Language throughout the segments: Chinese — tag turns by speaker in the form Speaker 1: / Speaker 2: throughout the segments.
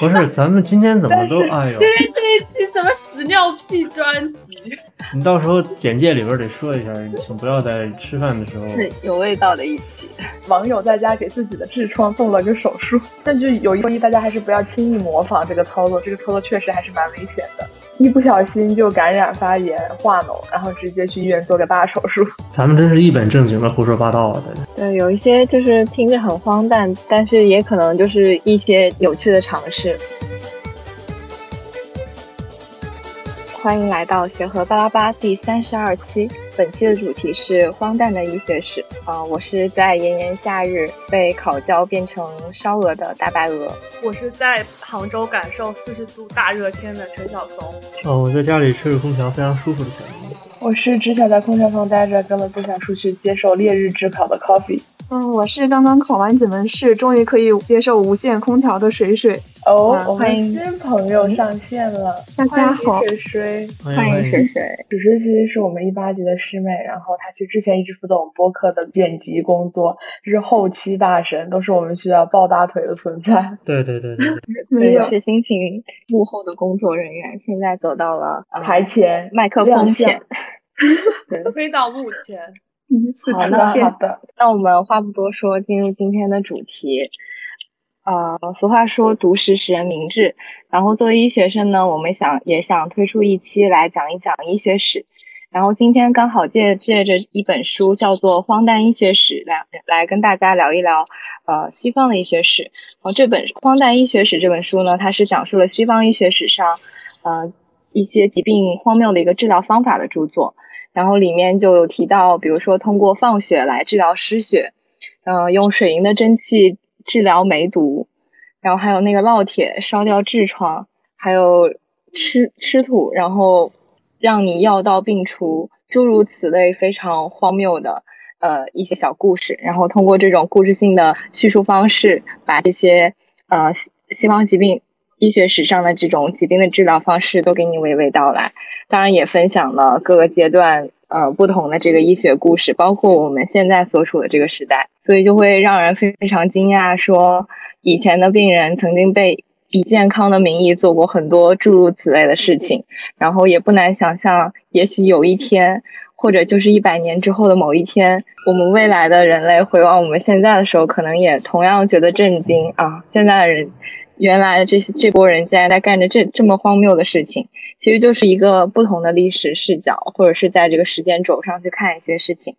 Speaker 1: 不是，咱们今天怎么
Speaker 2: 但是
Speaker 1: 都哎呦
Speaker 2: 今，天这一期什么屎尿屁专辑，
Speaker 1: 你到时候简介里边得说一下，请不要在吃饭的时候。
Speaker 3: 是有味道的一集。
Speaker 4: 网友在家给自己的痔疮动了个手术， 但就有一说一，大家还是不要轻易模仿这个操作，这个操作确实还是蛮危险的，一不小心就感染发炎、化脓，然后直接去医院做个大手术。
Speaker 1: 咱们真是一本正经的胡说八道啊！真是
Speaker 3: 对，有一些就是听着很荒诞，但是也可能就是一些有趣的尝试。欢迎来到协和巴拉巴第三十二期，本期的主题是荒诞的医学史。啊、我是在炎炎夏日被烤焦变成烧鹅的大白鹅。
Speaker 2: 我是在杭州感受四十度大热天的陈小松。
Speaker 1: 哦，我在家里吹着空调，非常舒服的感觉。
Speaker 4: 我是只想在空调房待着，根本不想出去接受烈日炙烤的 coffee。
Speaker 5: 嗯，我是刚刚考完几门试，终于可以接受无线空调的水水。
Speaker 4: 哦
Speaker 3: 哇，
Speaker 4: 我
Speaker 3: 欢
Speaker 4: 们
Speaker 3: 迎
Speaker 4: 新朋友上线了，
Speaker 5: 大家好
Speaker 4: 欢迎水水。
Speaker 3: 欢迎水水，
Speaker 4: 史诗其实是我们一八级的师妹，然后她其实之前一直负责我们播客的剪辑工作，就是后期大神，都是我们需要抱大腿的存在。
Speaker 1: 对对对对，对
Speaker 5: 没有
Speaker 3: 我是辛勤幕后的工作人员，现在走到了、
Speaker 2: 嗯
Speaker 3: 呃、
Speaker 4: 台前
Speaker 3: 麦克
Speaker 4: 亮
Speaker 3: 风
Speaker 4: 相
Speaker 3: 前。对
Speaker 2: 飞到目前，
Speaker 5: 第一次出
Speaker 4: 好的好
Speaker 5: 现，
Speaker 4: 的，
Speaker 3: 那我们话不多说，进入今天的主题。呃，俗话说“读史使人明智”，然后作为医学生呢，我们想也想推出一期来讲一讲医学史。然后今天刚好借借着一本书叫做《荒诞医学史》来来跟大家聊一聊，呃，西方的医学史。然后这本《荒诞医学史》这本书呢，它是讲述了西方医学史上，呃，一些疾病荒谬的一个治疗方法的著作。然后里面就有提到，比如说通过放血来治疗失血，嗯、用水银的蒸汽治疗梅毒，然后还有那个烙铁烧掉痔疮，还有吃吃土，然后让你药到病除，诸如此类非常荒谬的呃一些小故事，然后通过这种故事性的叙述方式，把这些呃西西方疾病医学史上的这种疾病的治疗方式都给你娓娓道来。当然也分享了各个阶段呃不同的这个医学故事，包括我们现在所处的这个时代，所以就会让人非常惊讶，说以前的病人曾经被以健康的名义做过很多诸如此类的事情，然后也不难想象，也许有一天。或者就是一百年之后的某一天，我们未来的人类回望我们现在的时候，可能也同样觉得震惊啊！现在的人，原来这些这波人竟然在干着这这么荒谬的事情。其实就是一个不同的历史视角，或者是在这个时间轴上去看一些事情。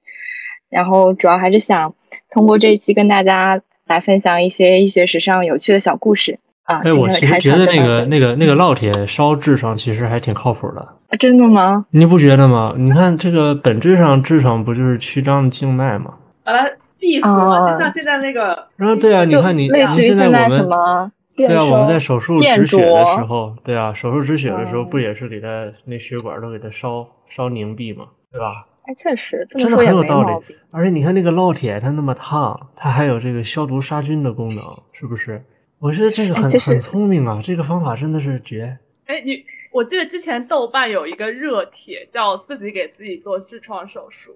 Speaker 3: 然后主要还是想通过这一期跟大家来分享一些医学史上有趣的小故事啊。
Speaker 1: 哎，我
Speaker 3: 今
Speaker 1: 其实
Speaker 3: 天的开
Speaker 1: 觉
Speaker 3: 场
Speaker 1: 得
Speaker 3: 就
Speaker 1: 那
Speaker 3: 到
Speaker 1: 个
Speaker 3: 这
Speaker 1: 那个那个烙铁烧痔疮其实还挺靠谱的，
Speaker 3: 啊真的吗？
Speaker 1: 你不觉得吗？你看这个本质上痔疮不就是曲张的静脉吗？
Speaker 2: 把它闭合，
Speaker 3: 哦
Speaker 2: 就像现在那个。
Speaker 1: 然后对啊，你
Speaker 3: 就
Speaker 1: 看你
Speaker 3: 类似于
Speaker 1: 你现
Speaker 3: 现
Speaker 1: 在我
Speaker 3: 在
Speaker 1: 们
Speaker 3: 什么
Speaker 1: 对
Speaker 4: 电
Speaker 1: 啊，
Speaker 4: 烧
Speaker 1: 我们在手术止
Speaker 3: 电
Speaker 1: 血的
Speaker 3: 灼
Speaker 1: 时候，对啊，手术止血的时候
Speaker 4: 嗯
Speaker 1: 不也是给它那血管都给它烧烧凝闭吗？对吧？
Speaker 3: 哎，确实这
Speaker 1: 真
Speaker 3: 么
Speaker 1: 的很
Speaker 3: 说也
Speaker 1: 有
Speaker 3: 没
Speaker 1: 道
Speaker 3: 毛
Speaker 1: 理
Speaker 3: 病。。
Speaker 1: 而且你看那个烙铁，它那么烫，它还有这个消毒杀菌的功能，是不是？我觉得这个
Speaker 3: 哎
Speaker 1: 很
Speaker 3: 其实
Speaker 1: 很聪明啊，这个方法真的是绝。
Speaker 2: 哎，你我记得之前豆瓣有一个热帖，叫自己给自己做痔疮手术。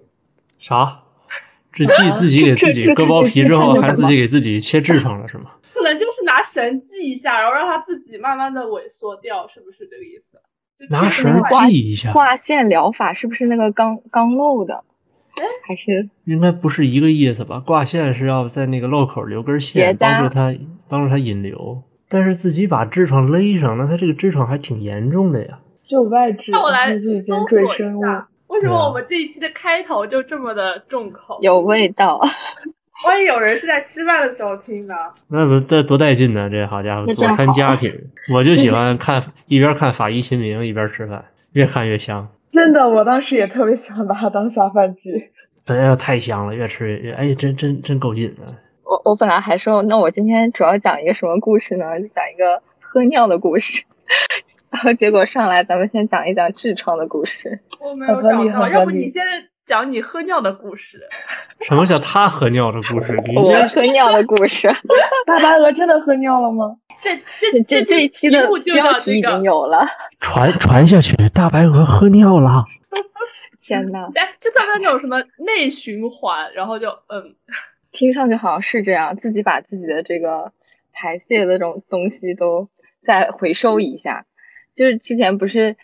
Speaker 1: 啥？这既 自己给自
Speaker 3: 这这
Speaker 1: 己
Speaker 3: 这
Speaker 1: 割包
Speaker 3: 这
Speaker 1: 皮
Speaker 3: 这
Speaker 1: 之
Speaker 3: 这
Speaker 1: 后，
Speaker 3: 是
Speaker 1: 还
Speaker 3: 怎
Speaker 1: 自
Speaker 3: 么
Speaker 1: 己给自己切痔疮了是吗？
Speaker 2: 可能就是拿绳系一下，然后让它自己慢慢的萎缩掉，是不是这个意思？就
Speaker 1: 拿
Speaker 2: 是
Speaker 1: 绳
Speaker 2: 那
Speaker 1: 儿
Speaker 2: 个
Speaker 3: 挂
Speaker 1: 系一下，
Speaker 3: 挂线疗法是不是那个钢钢漏的？还是
Speaker 1: 应该不是一个意思吧？挂线是要在那个漏口留根线，
Speaker 3: 结扎
Speaker 1: 帮助它帮助它引流。但是自己把痔疮勒上，那它这个痔疮还挺严重的呀。
Speaker 4: 就外痔，
Speaker 2: 那我来
Speaker 4: 然后就已经
Speaker 2: 搜索
Speaker 4: 赘
Speaker 2: 一
Speaker 4: 生物。
Speaker 2: 下，为什
Speaker 1: 对啊
Speaker 2: 么我们这一期的开头就这么的重口？
Speaker 3: 有味道？
Speaker 2: 万一有人是在吃饭的时候听呢？
Speaker 1: 那不这多带劲呢！这好家伙，
Speaker 3: 那
Speaker 1: 佐
Speaker 3: 正
Speaker 1: 餐
Speaker 3: 好
Speaker 1: 家庭，我就喜欢看一边看《法医秦明》一边吃饭，越看越香。
Speaker 4: 真的，我当时也特别想把它当下饭剧。
Speaker 1: 哎呀，太香了，越吃越越哎，真真真够劲啊！
Speaker 3: 我我本来还说，那我今天主要讲一个什么故事呢？就讲一个喝尿的故事。 然后结果上来，咱们先讲一讲痔疮的故事。
Speaker 2: 我没有
Speaker 4: 很合
Speaker 2: 找
Speaker 4: 理
Speaker 2: 到，
Speaker 4: 很
Speaker 2: 要
Speaker 4: 合
Speaker 2: 不你
Speaker 4: 理
Speaker 2: 现在讲你喝尿的故事。
Speaker 1: 什么叫他喝尿的故事？你
Speaker 3: 我
Speaker 1: 这
Speaker 3: 喝尿的故事，
Speaker 4: 大白鹅真的喝尿了吗？
Speaker 2: 这这
Speaker 3: 这这
Speaker 2: 这
Speaker 3: 一期的
Speaker 2: 目就
Speaker 3: 标
Speaker 2: 叫
Speaker 3: 题
Speaker 2: 这
Speaker 3: 已经
Speaker 2: 个。
Speaker 3: 有了。
Speaker 1: 传传下去，大白鹅喝尿了。
Speaker 3: 天呐，
Speaker 2: 哎，这算不算那种什么内循环？然后就嗯，
Speaker 3: 听上去好像是这样，自己把自己的这个排泄的这种东西都再回收一下。就是之前不是，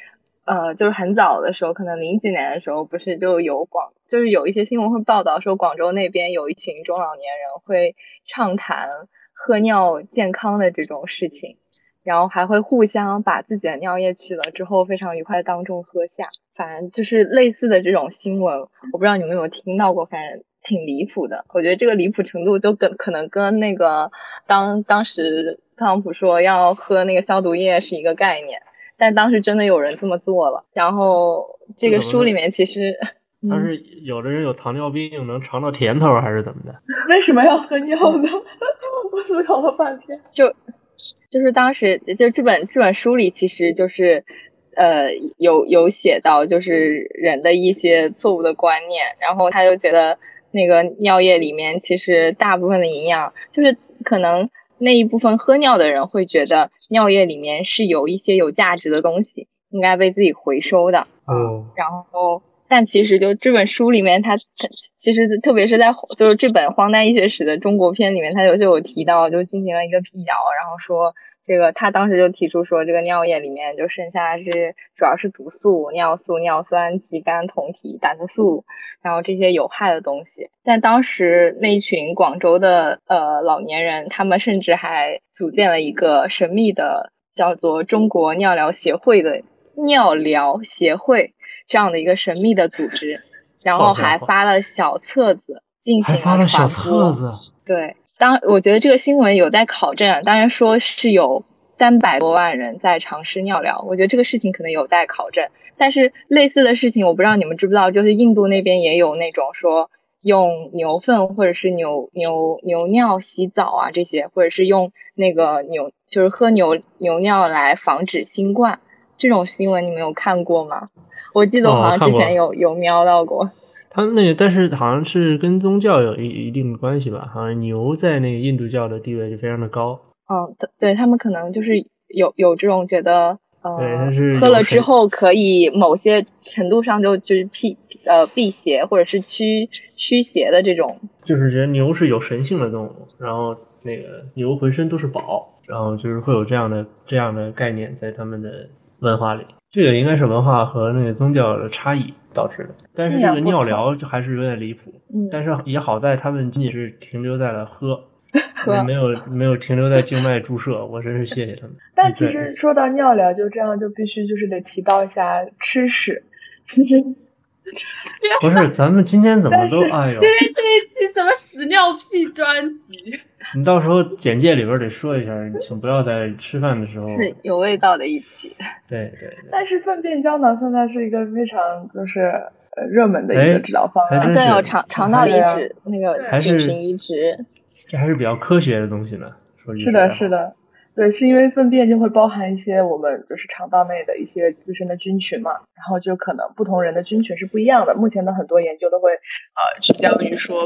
Speaker 3: 呃，就是很早的时候，可能零几年的时候，不是就有广，就是有一些新闻会报道说，广州那边有一群中老年人会畅谈喝尿健康的这种事情，然后还会互相把自己的尿液取了之后，非常愉快的当众喝下。反正就是类似的这种新闻，我不知道你们有没有听到过，反正挺离谱的。我觉得这个离谱程度就跟可能跟那个当当时特朗普说要喝那个消毒液是一个概念。但当时真的有人这么做了。然后这个书里面其实，
Speaker 1: 但是有的人有糖尿病，能尝到甜头还是怎么的？
Speaker 4: 为什么要喝尿呢？ 我思考了半天。
Speaker 3: 就就是当时就这本这本书里，其实就是呃有有写到就是人的一些错误的观念，然后他就觉得那个尿液里面其实大部分的营养就是可能。那一部分喝尿的人会觉得尿液里面是有一些有价值的东西，应该被自己回收的。
Speaker 1: 哦，
Speaker 3: 然后，但其实就这本书里面它，它其实特别是在就是这本《荒诞医学史》的中国篇里面，它有就有提到，就进行了一个辟谣，然后说这个他当时就提出说，这个尿液里面就剩下的是主要是毒素、尿素、尿酸、肌酐、酮体、胆色素，然后这些有害的东西。但当时那群广州的呃老年人，他们甚至还组建了一个神秘的叫做中国尿疗协会的尿疗协会。这样的一个神秘的组织，然后还发了小册子进行
Speaker 1: 还
Speaker 3: 了
Speaker 1: 发
Speaker 3: 传
Speaker 1: 了小
Speaker 3: 播。
Speaker 1: 册子，
Speaker 3: 对，当我觉得这个新闻有待考证，当然说是有三百多万人在尝试尿疗，我觉得这个事情可能有待考证。但是类似的事情，我不知道你们知不知道，就是印度那边也有那种说用牛粪或者是牛牛牛尿洗澡啊这些，或者是用那个牛就是喝牛牛尿来防止新冠这种新闻，你们有看过吗？我记得我
Speaker 1: 哦
Speaker 3: 好
Speaker 1: 看
Speaker 3: 像之
Speaker 1: 过
Speaker 3: 前有、有瞄到过。
Speaker 1: 他们那个，但是好像是跟宗教有一一定的关系吧？好像牛在那个印度教的地位就非常的高，
Speaker 3: 嗯，对对他们可能就是有有这种觉得，
Speaker 1: 对但
Speaker 3: 呃
Speaker 1: 是，
Speaker 3: 喝
Speaker 1: 有
Speaker 3: 了之
Speaker 1: 谁
Speaker 3: 后可以某些程度上就就是辟呃辟邪或者是驱驱邪的这种，
Speaker 1: 就是觉得牛是有神性的动物，然后那个牛浑身都是宝，然后就是会有这样的这样的概念在他们的文化里。这个应该是文化和那个宗教的差异导致的，但是
Speaker 4: 信
Speaker 1: 这
Speaker 4: 仰
Speaker 1: 个
Speaker 4: 不
Speaker 1: 尿
Speaker 4: 同
Speaker 1: 疗就还是有点离谱。
Speaker 3: 嗯，
Speaker 1: 但是也好在他们仅仅是停留在了 喝，
Speaker 3: 喝
Speaker 1: 没有没有停留在静脉注射，我真是谢谢他们。
Speaker 4: 但其
Speaker 1: 对
Speaker 4: 实说到尿疗，就这样就必须就是得提到一下吃屎。 其实
Speaker 1: 不是，咱们今天怎么
Speaker 4: 但
Speaker 1: 都
Speaker 4: 是
Speaker 1: 哎呦
Speaker 2: 因，为这一期什么屎尿屁专辑，
Speaker 1: 你到时候简介里边得说一下，请不要在吃饭的时候。
Speaker 3: 是有味道的一集。
Speaker 1: 对对对，
Speaker 4: 但是粪便胶囊现在是一个非常就是呃热门的一
Speaker 1: 哎
Speaker 4: 个治疗方
Speaker 1: 还
Speaker 4: 案
Speaker 1: 真。
Speaker 3: 对
Speaker 1: 是
Speaker 3: 哦，肠肠道移
Speaker 4: 对啊
Speaker 3: 植那个
Speaker 1: 还
Speaker 3: 菌
Speaker 1: 是
Speaker 3: 群移植，
Speaker 1: 这还是比较科学的东西呢。说句
Speaker 4: 是
Speaker 1: 实在
Speaker 4: 的，
Speaker 1: 话
Speaker 4: 是。的，对，是因为粪便就会包含一些我们就是肠道内的一些自身的菌群嘛，然后就可能不同人的菌群是不一样的。目前的很多研究都会呃聚焦于说。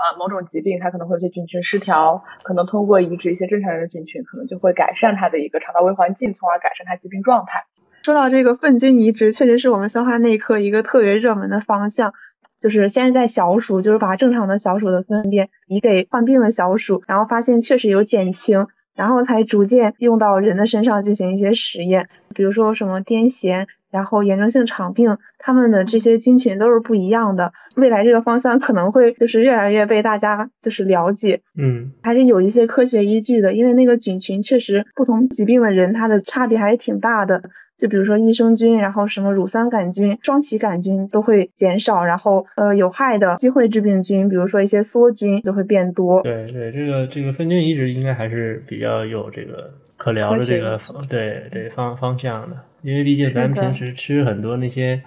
Speaker 4: 啊，某种疾病它可能会有一些菌群失调，可能通过移植一些正常人的菌群，可能就会改善它的一个肠道微环境，从而改善它疾病状态。
Speaker 5: 说到这个粪菌移植，确实是我们消化内科一个特别热门的方向。就是先是在小鼠，就是把正常的小鼠的粪便移给患病的小鼠，然后发现确实有减轻，然后才逐渐用到人的身上进行一些实验，比如说什么癫痫，然后炎症性肠病，他们的这些菌群都是不一样的。未来这个方向可能会就是越来越被大家就是了解，
Speaker 1: 嗯，
Speaker 5: 还是有一些科学依据的，因为那个菌群确实不同疾病的人他的差别还是挺大的。就比如说益生菌，然后什么乳酸杆菌、双歧杆菌都会减少，然后呃有害的机会致病菌，比如说一些梭菌就会变多。
Speaker 1: 对对，这个这个分菌移植应该还是比较有这个可聊的这个方对对方方向的，因为毕竟咱们
Speaker 5: 嗯是的
Speaker 1: 平时吃很多那些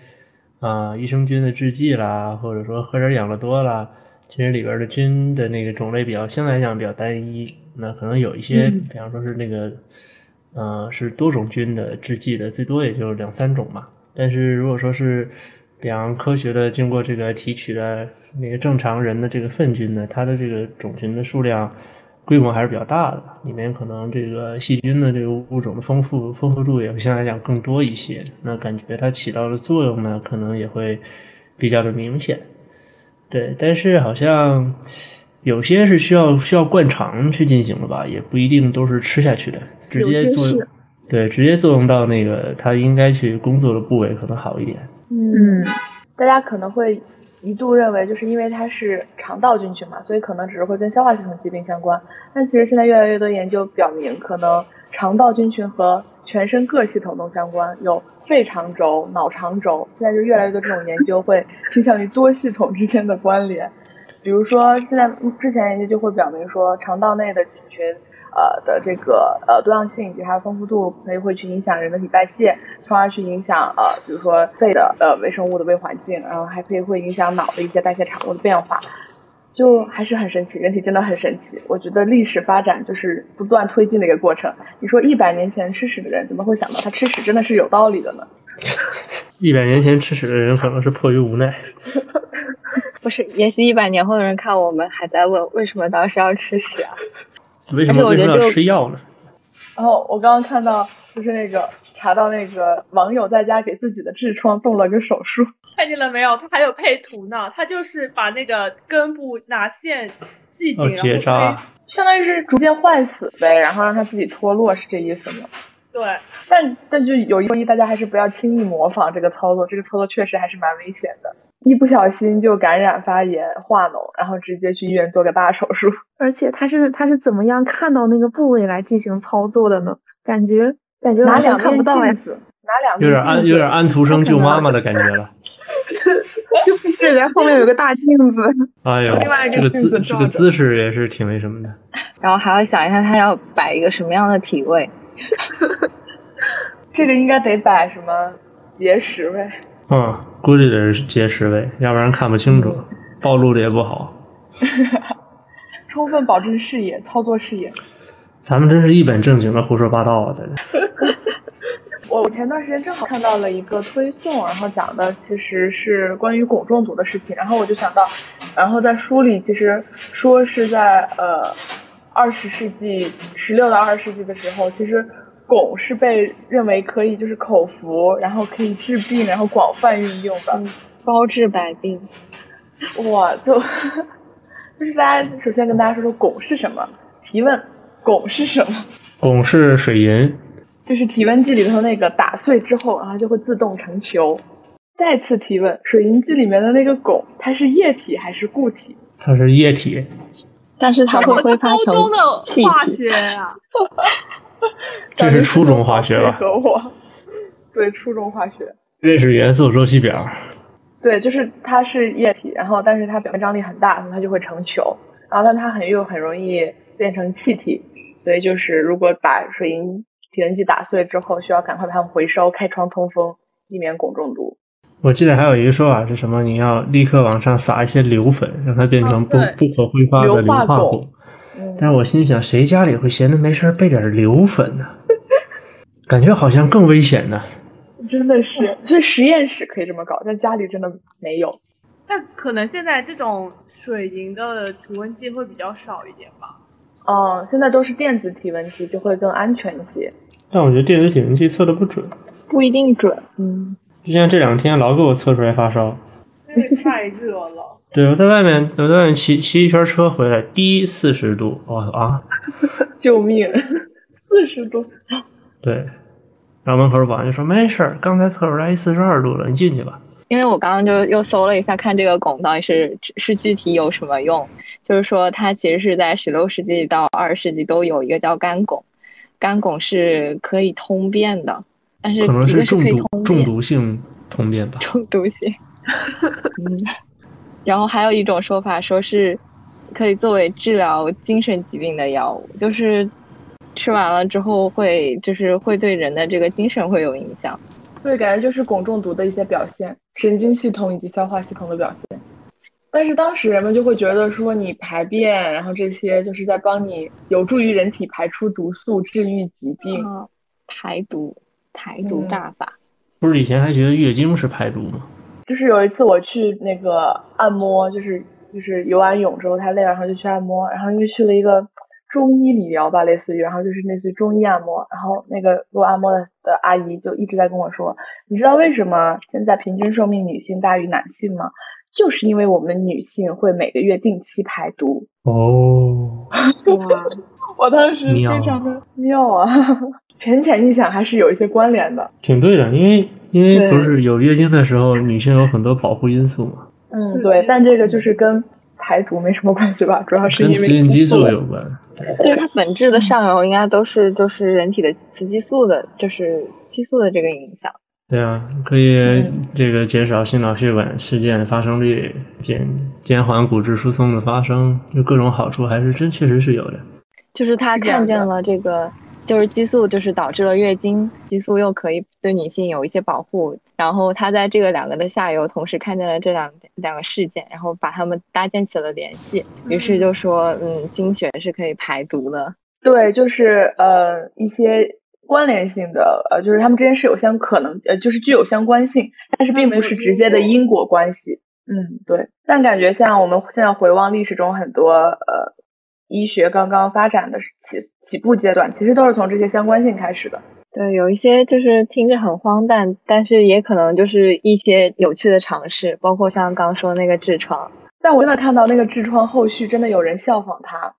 Speaker 1: 啊、益生菌的制剂啦，或者说喝点养乐多啦，其实里边的菌的那个种类比较相对来讲比较单一，那可能有一些，
Speaker 4: 嗯
Speaker 1: 比方说是那个呃是多种菌的制剂的，最多也就两三种嘛。但是如果说是比方科学的经过这个提取的那个正常人的这个粪菌呢，它的这个种群的数量规模还是比较大的，里面可能这个细菌的这呃个物种的丰富丰富度也会相对来讲更多一些。那感觉它起到的作用呢，可能也会比较的明显。对，但是好像有些是需要需要灌肠去进行的吧，也不一定都是吃下去的，直
Speaker 5: 有
Speaker 1: 接
Speaker 5: 些
Speaker 1: 作用
Speaker 5: 是，
Speaker 1: 对，直接作用到那个他应该去工作的部位可能好一点。
Speaker 4: 嗯，
Speaker 5: 嗯，
Speaker 4: 大家可能会一度认为，就是因为它是肠道菌群嘛，所以可能只是会跟消化系统疾病相关。但其实现在越来越多研究表明，可能肠道菌群和全身各系统都相关，有肺肠轴、脑肠轴。现在就越来越多这种研究会倾向于多系统之间的关联。比如说，现在嗯之前研究就会表明说，肠道内的菌群，呃的这个呃多样性以及它的丰富度，可以会去影响人的体代谢，从而去影响呃，比如说肺的呃微生物的微环境，然后还可以会影响脑的一些代谢产物的变化，就还是很神奇，人体真的很神奇。我觉得历史发展就是不断推进的一个过程。你说一百年前吃屎的人怎么会想到他吃屎真的是有道理的呢？
Speaker 1: 一百年前吃屎的人可能是迫于无奈，
Speaker 3: 不是，也许一百年后的人看我们还在问为什么当时要吃屎啊？
Speaker 1: 为什
Speaker 3: 但是
Speaker 1: 么
Speaker 3: 我
Speaker 1: 为什
Speaker 3: 觉
Speaker 1: 么
Speaker 3: 得
Speaker 1: 要
Speaker 3: 就
Speaker 1: 吃药呢？
Speaker 4: 然后我刚刚看到就是那个查到那个网友在家给自己的痔疮动了个手术，
Speaker 2: 看见了没有？它还有配图呢，它就是把那个根部拿线系紧，
Speaker 1: 哦，结
Speaker 2: 然后
Speaker 1: 扎
Speaker 2: 推。
Speaker 4: 相当于是逐渐坏死呗，然后让他自己脱落，是这意思吗？
Speaker 2: 对，
Speaker 4: 但但就有一说一，大家还是不要轻易模仿这个操作，这个操作确实还是蛮危险的，一不小心就感染发炎、化脓，然后直接去医院做个大手 术。
Speaker 5: 而且他是他是怎么样看到那个部位来进行操作的呢？感觉感觉
Speaker 4: 拿
Speaker 5: 完全
Speaker 4: 两
Speaker 5: 看
Speaker 4: 面
Speaker 5: 不到呀哎
Speaker 4: 镜，子，拿两
Speaker 1: 有
Speaker 4: 面
Speaker 1: 点安
Speaker 4: 镜
Speaker 1: 有
Speaker 4: 子
Speaker 1: 点安徒生
Speaker 5: 可
Speaker 1: 救
Speaker 5: 能
Speaker 1: 妈妈的感觉了。
Speaker 5: 就不是人后面有个大镜子，
Speaker 1: 哎呦
Speaker 4: 另外一，
Speaker 1: 这个
Speaker 4: 个镜子
Speaker 1: 姿这
Speaker 4: 照
Speaker 1: 个
Speaker 4: 着
Speaker 1: 姿势也是挺那什么的。
Speaker 3: 然后还要想一下他要摆一个什么样的体位。
Speaker 4: 这个应该得摆什么结石呗？
Speaker 1: 嗯，估计得是结石位，要不然看不清楚，暴露的也不好。
Speaker 4: 充分保证视野，操作视野。
Speaker 1: 咱们真是一本正经的胡说八道啊！在这
Speaker 4: 我前段时间正好看到了一个推送，然后讲的其实是关于汞中毒的事情，然后我就想到，然后在书里其实说是在呃二十世纪十六到二十世纪的时候，其实汞是被认为可以就是口服，然后可以治病，然后广泛运用的。
Speaker 3: 包治百病，
Speaker 4: 我就 就是大家首先跟大家说说汞是什么，提问汞是什么？
Speaker 1: 汞是水银，
Speaker 4: 就是体温计里头那个打碎之后，然后就会自动成球。再次提问，水银机里面的那个汞，它是液体还是固体？
Speaker 1: 它是液体，
Speaker 3: 但是它
Speaker 2: 我
Speaker 3: 会
Speaker 2: 是
Speaker 3: 挥发
Speaker 2: 高中
Speaker 3: 成
Speaker 2: 的
Speaker 3: 气
Speaker 2: 化
Speaker 3: 体
Speaker 2: 学啊，
Speaker 1: 这是初中化学
Speaker 4: 配
Speaker 1: 吧？
Speaker 4: 合我，对，初中化学，
Speaker 1: 认识元素周期表。
Speaker 4: 对，就是它是液体，然后但是它表面张力很大，所以它就会成球，然后但它很又很容易变成气体，所以就是如果把水银体温计打碎之后，需要赶快把它们回收，开窗通风，避免汞中毒。
Speaker 1: 我记得还有一个说法是什么？你要立刻往上撒一些硫粉，让它变成不、
Speaker 2: 啊
Speaker 1: 不可挥发的
Speaker 4: 硫
Speaker 1: 硫
Speaker 4: 化
Speaker 1: 化
Speaker 4: 汞
Speaker 1: 汞。
Speaker 4: 嗯，
Speaker 1: 但是我心想，谁家里会闲的没事儿备点儿硫粉呢？ 感觉好像更危险呢。
Speaker 4: 真的是，所以实验室可以这么搞，但家里真的没有。
Speaker 2: 但可能现在这种水银的除温剂会比较少一点吧。
Speaker 4: 嗯，现在都是电子体温计，就会更安全一些。
Speaker 1: 但我觉得电子体温计测的不准，
Speaker 3: 不一定准。
Speaker 4: 嗯，
Speaker 1: 就像这两天老给我测出来发烧。
Speaker 2: 因为太热了，
Speaker 1: 对，我在外面，我在外面骑骑一圈车回来，低四十度，我、哦、啊，
Speaker 4: 救命，四十度，
Speaker 1: 对，然后门口保安就说没事儿，刚才测出来四十二度了，你进去吧。
Speaker 3: 因为我刚刚就又搜了一下，看这个汞到底是是具体有什么用，就是说它其实是在十六世纪到二十世纪都有一个叫干汞，干汞是可以通便的，但是
Speaker 1: 可能
Speaker 3: 一个是
Speaker 1: 中
Speaker 3: 可以
Speaker 1: 毒
Speaker 3: 通
Speaker 1: 中
Speaker 3: 便
Speaker 1: 毒性通便吧。
Speaker 3: 中毒性，嗯，然后还有一种说法说是可以作为治疗精神疾病的药物，就是吃完了之后会就是会对人的这个精神会有影响。
Speaker 4: 对，感觉就是汞中毒的一些表现，神经系统以及消化系统的表现。但是当时人们就会觉得说，你排便，然后这些就是在帮你有助于人体排出毒素，治愈疾病。
Speaker 3: 啊，排毒排毒
Speaker 4: 嗯
Speaker 3: 大法，
Speaker 1: 不是以前还觉得月经是排毒吗？
Speaker 4: 就是有一次我去那个按摩，就是就是游完泳之后太累了，然后就去按摩，然后因为去了一个中医理疗吧，类似于，然后就是类似于中医按摩，然后那个给我按摩的的阿姨就一直在跟我说，你知道为什么现在平均寿命女性大于男性吗？就是因为我们女性会每个月定期排毒。
Speaker 1: 哦，
Speaker 5: 哇，
Speaker 4: 我当时非常的妙啊， 浅浅一想还是有一些关联的。
Speaker 1: 挺对的，因为因为
Speaker 3: 对
Speaker 1: 不是有月经的时候，女性有很多保护因素嘛，
Speaker 4: 嗯
Speaker 5: 对
Speaker 4: 对，但这个就是跟排毒没什么关系吧，主要是因
Speaker 1: 跟
Speaker 4: 为
Speaker 1: 雌性激素
Speaker 4: 的
Speaker 1: 有关。
Speaker 3: 对它本质的上游应该都是就是人体的雌激素的，就是激素的这个影响。
Speaker 1: 对啊，可以
Speaker 4: 嗯
Speaker 1: 这个减少心脑血管事件发生率，减减缓骨质疏松的发生，就各种好处还是真确实是有的。
Speaker 3: 就是他
Speaker 4: 是这样
Speaker 3: 看
Speaker 4: 的
Speaker 3: 见了这个，就是激素，就是导致了月经，激素又可以对女性有一些保护。然后他在这个两个的下游，同时看见了这两两个事件，然后把它们搭建起了联系，于是就说，嗯，经血是可以排毒的。
Speaker 4: 对，就是呃一些关联性的，呃，就是他们之间是有相可能，呃，就是具有相关性，但是并不是直接的嗯因果关系。嗯，对。但感觉像我们现在回望历史中很多呃医学刚刚发展的起起步阶段，其实都是从这些相关性开始的。
Speaker 3: 对，有一些就是听着很荒诞，但是也可能就是一些有趣的尝试，包括像刚说那个痔疮，
Speaker 4: 但我真的看到那个痔疮后续真的有人效仿他，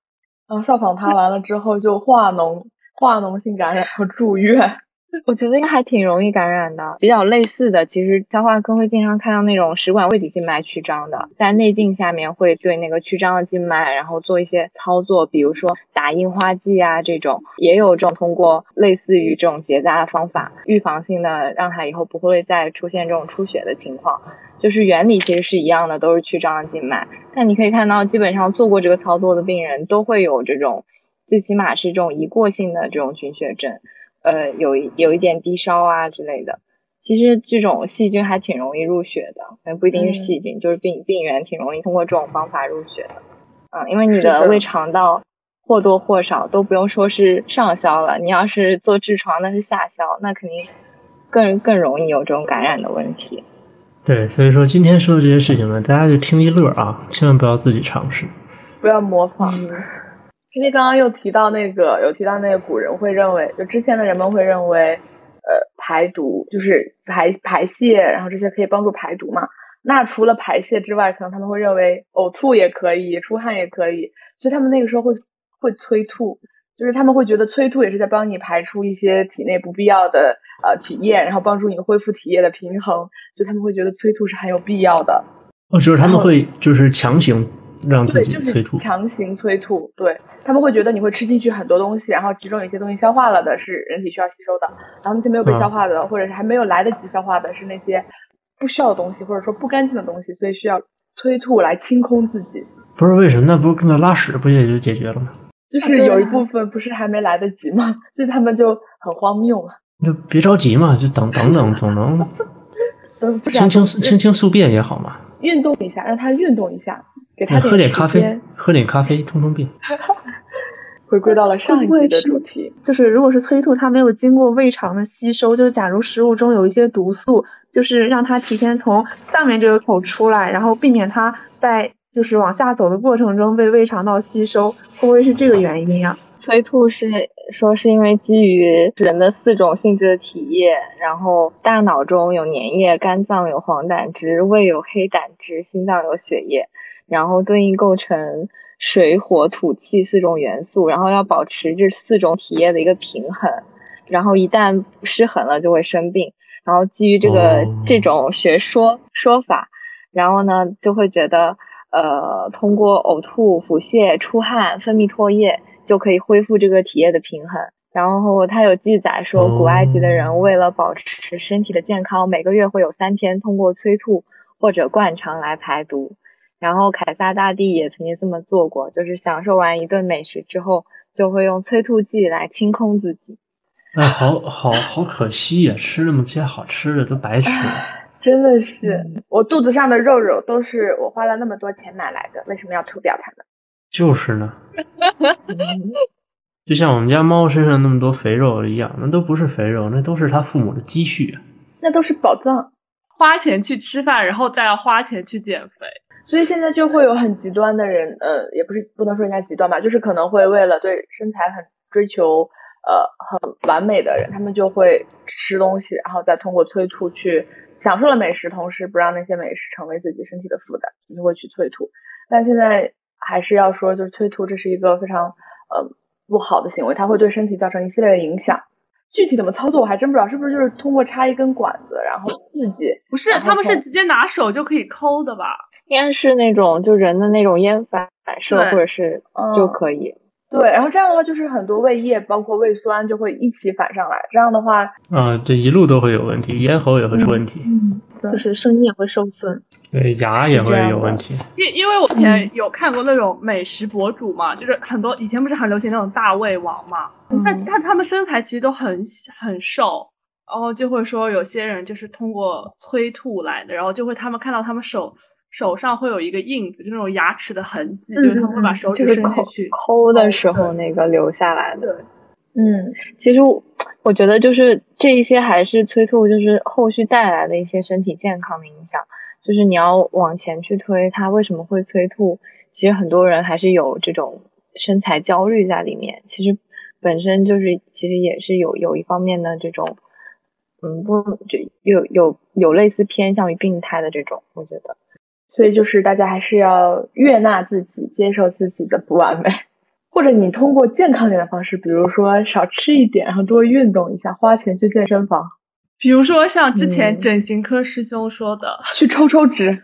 Speaker 4: 然后效仿他完了之后就化脓，化脓性感染和住院。
Speaker 3: 我觉得应该还挺容易感染的，比较类似的，其实消化科会经常看到那种食管胃底静脉曲张的，在内镜下面会对那个曲张的静脉，然后做一些操作，比如说打硬化剂啊这种，也有这种通过类似于这种结扎的方法，预防性的让它以后不会再出现这种出血的情况。就是原理其实是一样的，都是曲张的静脉。但你可以看到，基本上做过这个操作的病人都会有这种，最起码是这种一过性的这种菌血症。呃，有一有一点低烧啊之类的。其实这种细菌还挺容易入血的，呃不一
Speaker 4: 嗯
Speaker 3: 定是细菌，就是病病原挺容易通过这种方法入血的。嗯，因为
Speaker 4: 是
Speaker 3: 你
Speaker 4: 的
Speaker 3: 的胃肠道或多或少都不用说是上消了，你要是做痔疮那是下消，那肯定更更容易有这种感染的问题。
Speaker 1: 对，所以说今天说的这些事情呢，大家就听一乐啊，千万不要自己尝试。
Speaker 4: 不要模仿。因为刚刚又提到那个，有提到那个古人会认为，就之前的人们会认为，呃，排毒就是排排泄，然后这些可以帮助排毒嘛。那除了排泄之外，可能他们会认为呕吐也可以，出汗也可以，所以他们那个时候会会催吐，就是他们会觉得催吐也是在帮你排出一些体内不必要的呃体液，然后帮助你恢复体液的平衡，所以他们会觉得催吐是很有必要的。
Speaker 1: 哦，就是他们会就是强行让自
Speaker 4: 对，
Speaker 1: 己
Speaker 4: 就
Speaker 1: 催
Speaker 4: 是
Speaker 1: 吐。
Speaker 4: 强行催吐，对他们会觉得你会吃进去很多东西，然后其中有些东西消化了的是人体需要吸收的，然后那些没有被
Speaker 1: 嗯
Speaker 4: 消化的，或者是还没有来得及消化的是那些不需要的东西，或者说不干净的东西，所以需要催吐来清空自己。
Speaker 1: 不是为什么？那不是跟着拉屎不也就解决了吗？
Speaker 4: 就是有一部分不是还没来得及吗？ 所以他们就很荒谬嘛。
Speaker 1: 就别着急嘛，就等等等，总 能
Speaker 4: 嗯，不是啊
Speaker 1: 轻轻轻轻宿便也好嘛。
Speaker 4: 运动一下，让他运动一下，给他
Speaker 1: 哎喝点
Speaker 4: 时
Speaker 1: 咖啡
Speaker 4: 间，
Speaker 1: 喝点咖啡通通便。
Speaker 4: 回归到了上一集的主题。
Speaker 5: 就是如果是催吐，它没有经过胃肠的吸收，就是假如食物中有一些毒素，就是让它提前从上面这个口出来，然后避免它在就是往下走的过程中被胃肠道吸收，会不会是这个原因啊？
Speaker 3: 催吐是说是因为基于人的四种性质的体液，然后大脑中有粘液，肝脏有黄胆汁，胃有黑胆汁，心脏有血液，然后对应构成水火土气四种元素，然后要保持这四种体液的一个平衡，然后一旦失衡了就会生病。然后基于这个、
Speaker 1: 哦
Speaker 3: 这种学说说法，然后呢就会觉得，呃，通过呕吐、腹泻、出汗、分泌唾液就可以恢复这个体液的平衡。然后它有记载说，古埃及的
Speaker 1: 哦
Speaker 3: 人为了保持身体的健康，每个月会有三天通过催吐或者灌肠来排毒。然后凯撒大帝也曾经这么做过，就是享受完一顿美食之后，就会用催吐剂来清空自己。
Speaker 1: 哎，好好好可惜呀、吃那么些好吃的都白吃了。
Speaker 4: 真的是，我肚子上的肉肉都是我花了那么多钱买来的，为什么要吐掉它们？
Speaker 1: 就是 呢，就像我们家猫身上那么多肥肉一样，那都不是肥肉，那都是它父母的积蓄。啊
Speaker 4: 那都是宝藏。
Speaker 2: 花钱去吃饭，然后再要花钱去减肥。
Speaker 4: 所以现在就会有很极端的人，呃，也不是不能说人家极端吧，就是可能会为了对身材很追求，呃，很完美的人，他们就会吃东西，然后再通过催吐去享受了美食，同时不让那些美食成为自己身体的负担，你就会去催吐。但现在还是要说，就是催吐这是一个非常呃不好的行为，它会对身体造成一系列的影响。具体怎么操作我还真不知道，是不是就是通过插一根管子，然后刺激？
Speaker 2: 不是，
Speaker 4: 然后
Speaker 2: 他们是
Speaker 4: 再
Speaker 2: 直接拿手就可以抠的吧？
Speaker 3: 应该是那种就人的那种烟反射
Speaker 2: 对
Speaker 3: 或者是
Speaker 4: 嗯
Speaker 3: 就可以。
Speaker 4: 对，然后这样的话就是很多胃液包括胃酸就会一起反上来，这样的话
Speaker 1: 啊，这一路都会有问题，咽喉也会出问题，
Speaker 4: 嗯
Speaker 5: 就是声音也会受损。
Speaker 1: 对牙也会有问题。
Speaker 2: 因因为我以
Speaker 3: 嗯
Speaker 2: 前有看过那种美食博主嘛，就是很多以前不是很流行那种大胃王嘛，
Speaker 3: 嗯
Speaker 2: 但但他们身材其实都很很瘦，然后就会说有些人就是通过催吐来的，然后就会他们看到他们手手上会有一个印子，就那种牙齿的痕迹，
Speaker 3: 嗯
Speaker 2: 就是他们会把手
Speaker 3: 就
Speaker 2: 指
Speaker 3: 是
Speaker 2: 伸
Speaker 3: 抠
Speaker 2: 进去。
Speaker 3: 抠的时候那个留下来的。
Speaker 4: 嗯，
Speaker 3: 其实我我觉得就是这一些还是催吐，就是后续带来的一些身体健康的影响。就是你要往前去推，它为什么会催吐？其实很多人还是有这种身材焦虑在里面。其实本身就是其实也是有有一方面的这种，嗯，不就有有有类似偏向于病态的这种，我觉得。
Speaker 4: 所以就是大家还是要悦纳自己，接受自己的不完美，或者你通过健康点的方式，比如说少吃一点，然后多运动一下，花钱去健身房
Speaker 2: 比如说像之前
Speaker 4: 嗯
Speaker 2: 整形科师兄说的，
Speaker 4: 去抽抽脂。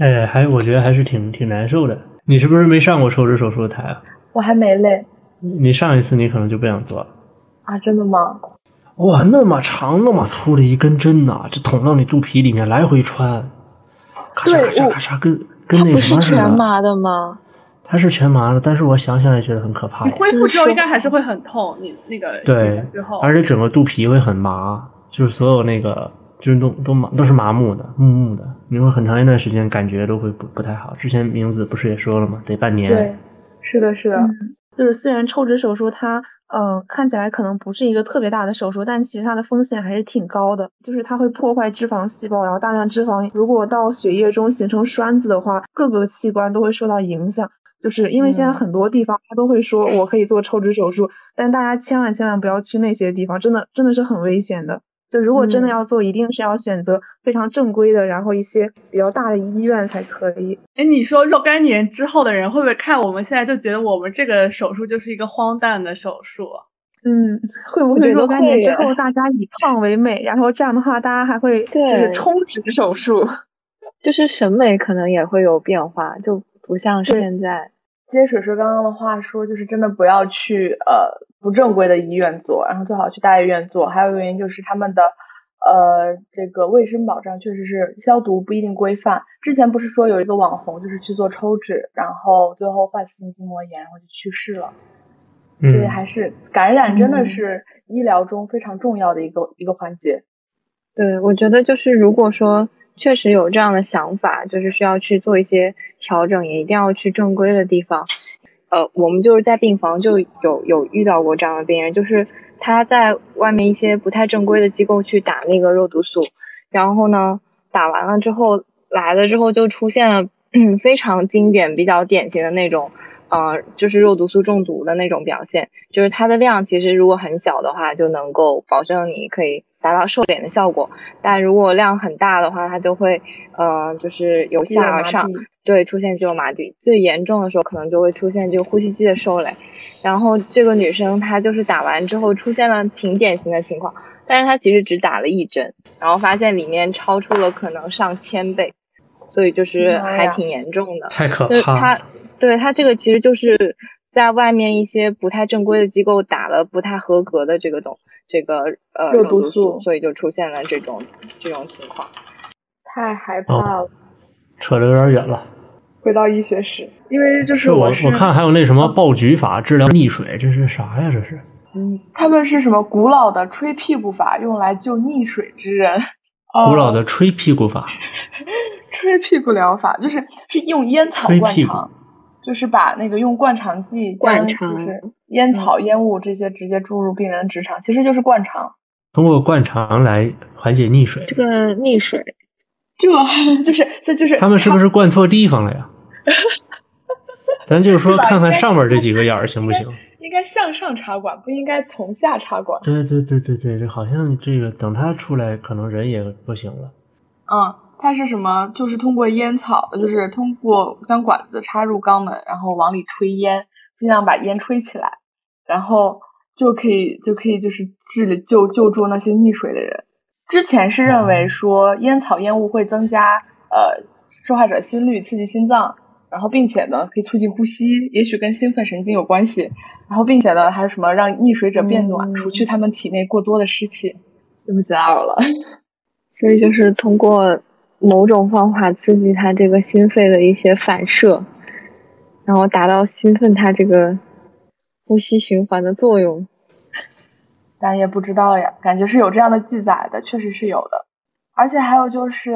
Speaker 1: 哎，还我觉得还是挺挺难受的。你是不是没上过抽脂手术台啊？
Speaker 4: 我还没嘞
Speaker 1: 你上一次你可能就不想做了。
Speaker 4: 啊，真的吗？
Speaker 1: 哇，那么长那么粗的一根针呐、这捅到你肚皮里面来回穿，咔嚓
Speaker 4: 对
Speaker 1: 咔嚓
Speaker 4: 我
Speaker 1: 咔嚓，跟跟
Speaker 3: 它
Speaker 1: 那
Speaker 3: 不
Speaker 1: 什
Speaker 3: 是
Speaker 1: 么似
Speaker 3: 全
Speaker 1: 的。
Speaker 3: 麻的吗？
Speaker 1: 它是全麻的，但是我想想也觉得很可怕
Speaker 2: 你
Speaker 1: 呀。
Speaker 2: 恢复之
Speaker 3: 就
Speaker 2: 后
Speaker 3: 是
Speaker 2: 应该还是会很痛，你那个洗
Speaker 1: 对
Speaker 2: 了之后，
Speaker 1: 而且整个肚皮会很麻，就是所有那个就是都都麻都是麻木的木木的，你会很长一段时间感觉都会不不太好。之前名字不是也说了吗？得半
Speaker 4: 对
Speaker 1: 年。，
Speaker 4: 是的，是的，
Speaker 5: 就是虽然抽脂手术它，呃，看起来可能不是一个特别大的手术，但其实它的风险还是挺高的。就是它会破坏脂肪细胞，然后大量脂肪如果到血液中形成栓子的话，各个器官都会受到影响。就是因为现在
Speaker 4: 嗯
Speaker 5: 很多地方它都会说我可以做抽脂手术，但大家千万千万不要去那些地方，真的真的是很危险的。就如果真的
Speaker 4: 嗯
Speaker 5: 要做，一定是要选择非常正规的，然后一些比较大的医院才可以。
Speaker 2: 哎，你说若干年之后的人会不会看我们现在就觉得我们这个手术就是一个荒诞的手术啊？
Speaker 5: 嗯，会不
Speaker 3: 我
Speaker 5: 会
Speaker 3: 觉
Speaker 5: 若
Speaker 3: 得
Speaker 5: 干
Speaker 3: 会
Speaker 5: 年之
Speaker 3: 耶
Speaker 5: 后大家以胖为美，然后这样的话大家还会就是
Speaker 3: 对
Speaker 5: 抽脂手 术？
Speaker 3: 就是审美可能也会有变化，就不像
Speaker 5: 对
Speaker 3: 现在。
Speaker 4: 接水水刚刚的话说，就是真的不要去呃不正规的医院做，然后最好去大医院做。还有一个原因就是他们的呃这个卫生保障确实是消毒不一定规范。之前不是说有一个网红就是去做抽脂，然后最后坏死性筋膜炎，然后就去世了。所以
Speaker 1: 嗯，
Speaker 4: 还是感染真的是医疗中非常重要的一个、一个环节。
Speaker 3: 对，我觉得就是如果说确实有这样的想法，就是需要去做一些调整，也一定要去正规的地方。呃，我们就是在病房就有有遇到过这样的病人，就是他在外面一些不太正规的机构去打那个肉毒素，然后呢，打完了之后来了之后就出现了非常经典、比较典型的那种，呃，就是肉毒素中毒的那种表现。就是它的量其实如果很小的话，就能够保证你可以达到瘦脸的效果，但如果量很大的话，它就会，呃，就是由下而上，对，出现肌肉麻痹，最严重的时候可能就会出现这个呼吸机的受累。然后这个女生她就是打完之后出现了挺典型的情况，但是她其实只打了一针，然后发现里面超出了可能上千倍，所以就是
Speaker 4: 妈
Speaker 3: 还
Speaker 4: 呀
Speaker 3: 挺严重的。
Speaker 1: 太可
Speaker 3: 就是
Speaker 1: 怕
Speaker 3: 他
Speaker 1: 了。，
Speaker 3: 对他这个其实就是在外面一些不太正规的机构打了不太合格的这个东这个呃
Speaker 4: 肉
Speaker 3: 肉
Speaker 4: 毒
Speaker 3: 毒
Speaker 4: 素
Speaker 3: 所以就出现了这种这种情况。
Speaker 4: 太
Speaker 1: 哦
Speaker 4: 害怕了，
Speaker 1: 扯得有点远了。
Speaker 4: 回到医学史，因为就是
Speaker 1: 这我
Speaker 4: 是
Speaker 1: 我看还有那什么爆菊法治疗溺水，这是啥呀？这是
Speaker 3: 嗯，
Speaker 4: 他们是什么古老的吹屁股法，用来救溺水之人。
Speaker 1: 古
Speaker 4: 哦
Speaker 1: 老的吹屁股法。
Speaker 4: 吹屁股疗法，就是是用烟草
Speaker 1: 吹
Speaker 4: 灌
Speaker 1: 屁股
Speaker 4: 肠，就是把那个用灌肠剂
Speaker 3: 灌
Speaker 4: 将就
Speaker 3: 肠
Speaker 4: 是烟
Speaker 1: 嗯
Speaker 4: 草、烟雾这些直接注入病人的直肠，其实就是灌肠。
Speaker 1: 通过灌肠来缓解溺水，
Speaker 3: 个溺水，
Speaker 4: 这就是这就是
Speaker 1: 他们是不是灌错地方了 呀？咱就是说，
Speaker 4: 是吧
Speaker 1: 看看
Speaker 4: 应该
Speaker 1: 上面这几个眼儿行不行？
Speaker 4: 应该向上插管，不应该从下插管。
Speaker 1: 对对对对对，这好像这个等他出来，可能人也不行了。
Speaker 4: 嗯，它是什么？就是通过烟草，就是通过将管子插入肛门，然后往里吹烟，尽量把烟吹起来，然后就可以就可以就是治救救助那些溺水的人。之前是认为说烟草烟雾会增加呃受害者心率，刺激心脏，然后并且呢可以促进呼吸，也许跟兴奋神经有关系，然后并且呢还有什么让溺水者变暖，
Speaker 3: 嗯
Speaker 4: 除去他们体内过多的湿气。对不起，打扰了。
Speaker 3: 所以就是通过某种方法刺激他这个心肺的一些反射，然后达到兴奋他这个呼吸循环的作用。
Speaker 4: 但也不知道呀，感觉是有这样的记载的，确实是有的。而且还有就是，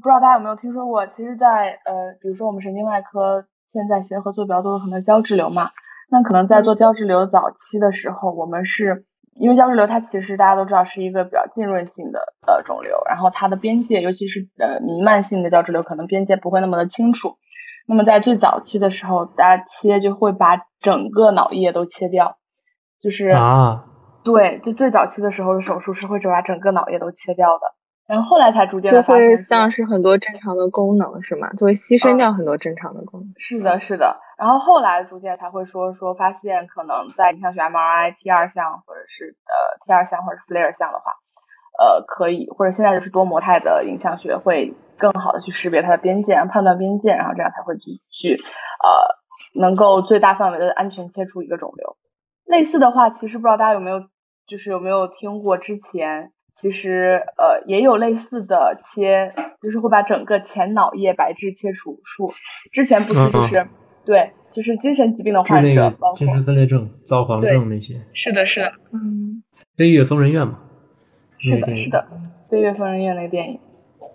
Speaker 4: 不知道大家有没有听说过，其实在，呃，比如说我们神经外科现在协和做比较多的可能胶质瘤嘛，那可能在做胶质瘤早期的时候，我们是因为胶质瘤它其实大家都知道是一个比较浸润性的呃肿瘤，然后它的边界，尤其是呃弥漫性的胶质瘤，可能边界不会那么的清楚。那么在最早期的时候，大家切就会把整个脑叶都切掉，就是
Speaker 1: 啊，
Speaker 4: 对，就最早期的时候的手术是会把整个脑叶都切掉的，然后后来才逐渐
Speaker 3: 就
Speaker 4: 的发
Speaker 3: 会
Speaker 4: 现
Speaker 3: 丧
Speaker 4: 说，
Speaker 3: 失很多正常的功能，是吗？就会牺牲
Speaker 4: 嗯
Speaker 3: 掉很多正常的功能。
Speaker 4: 是的，是的，然后后来逐渐才会说说发现可能在影像学 MRI T 二项或者是呃 T 二项或者是 FLIR 项的话，呃，可以或者现在就是多模态的影像学会更好的去识别它的边界，然后判断边界，然后这样才会去去呃能够最大范围的安全切除一个肿瘤。类似的话，其实不知道大家有没有，就是有没有听过之前，其实呃也有类似的切，就是会把整个前脑叶白质切除术。之前不是就是、对，就是精神疾病的
Speaker 1: 治嗯
Speaker 4: 患
Speaker 1: 那
Speaker 4: 者，
Speaker 1: 个
Speaker 4: 包括
Speaker 1: 精神分裂症、躁狂症那些，《
Speaker 4: 是的，是的，
Speaker 5: 嗯
Speaker 1: 飞越疯人院》嘛，
Speaker 4: 是
Speaker 1: 那个
Speaker 4: 的，
Speaker 1: 电影
Speaker 4: 是的，《飞越疯人院》那个电影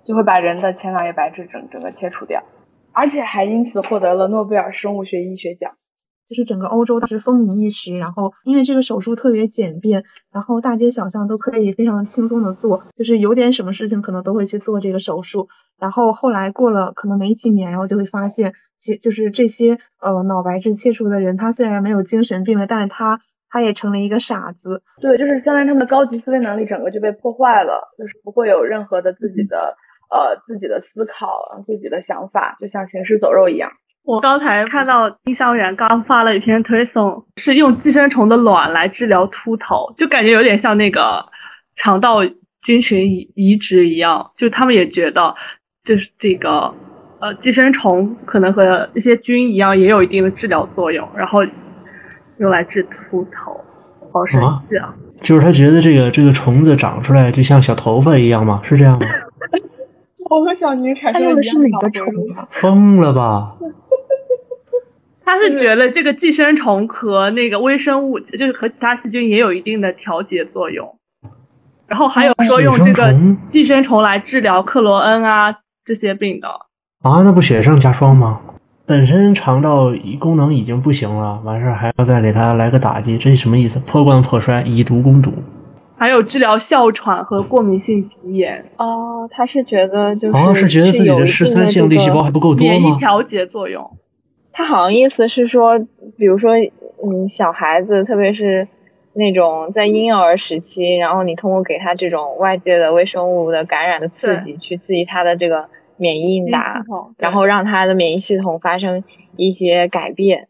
Speaker 4: 就会把人的前脑叶白质整整个切除掉，而且还因此获得了诺贝尔生物学医学奖。
Speaker 5: 就是整个欧洲当时风靡一时，然后因为这个手术特别简便，然后大街小巷都可以非常轻松的做，就是有点什么事情可能都会去做这个手术。然后后来过了可能没几年，然后就会发现，其就是这些呃脑白质切除的人，他虽然没有精神病了，但是他他也成了一个傻子，
Speaker 4: 对，就是相当于他们的高级思维能力整个就被破坏了，就是不会有任何的自己的、呃自己的思考、自己的想法，就像行尸走肉一样。
Speaker 2: 我刚才看到丁香园刚发了一篇推送，是用寄生虫的卵来治疗秃头，就感觉有点像那个肠道菌群移移植一样，就他们也觉得就是这个呃寄生虫可能和一些菌一样，也有一定的治疗作用，然后用来治秃头，好神奇啊！
Speaker 1: 就是他觉得这个这个虫子长出来就像小头发一样嘛，是这样 吗？
Speaker 4: 我和小宁产
Speaker 5: 他
Speaker 4: 生
Speaker 5: 用
Speaker 4: 了
Speaker 5: 的
Speaker 4: 一
Speaker 5: 是
Speaker 4: 样
Speaker 5: 哪
Speaker 4: 脑
Speaker 5: 个
Speaker 4: 回
Speaker 5: 虫
Speaker 4: 路。
Speaker 5: 啊？
Speaker 1: 疯了吧？
Speaker 2: 他是觉得这个寄生虫和那个微生物，就是和其他细菌也有一定的调节作用。然后还有说用这
Speaker 1: 寄
Speaker 2: 个
Speaker 1: 生虫
Speaker 2: 寄生虫来治疗克罗恩啊这些病的。
Speaker 1: 啊，那不雪上加霜吗？本身肠道功能已经不行了，完事儿还要再给他来个打击，这是什么意思？破罐破摔，以毒攻毒。
Speaker 2: 还有治疗哮喘和过敏性鼻炎，
Speaker 3: 哦，他是觉得就是
Speaker 1: 好像啊是觉得自己的嗜酸性粒细胞还不够多
Speaker 2: 免疫
Speaker 1: 吗？
Speaker 2: 调节作用。
Speaker 3: 他好像意思是说，比如说，嗯，小孩子，特别是那种在婴幼儿时期，然后你通过给他这种外界的微生物的感染的刺激，去刺激他的这个免疫应
Speaker 2: 免疫系
Speaker 3: 答，
Speaker 2: 统，对
Speaker 3: 然后让他的免疫系统发生一些改变，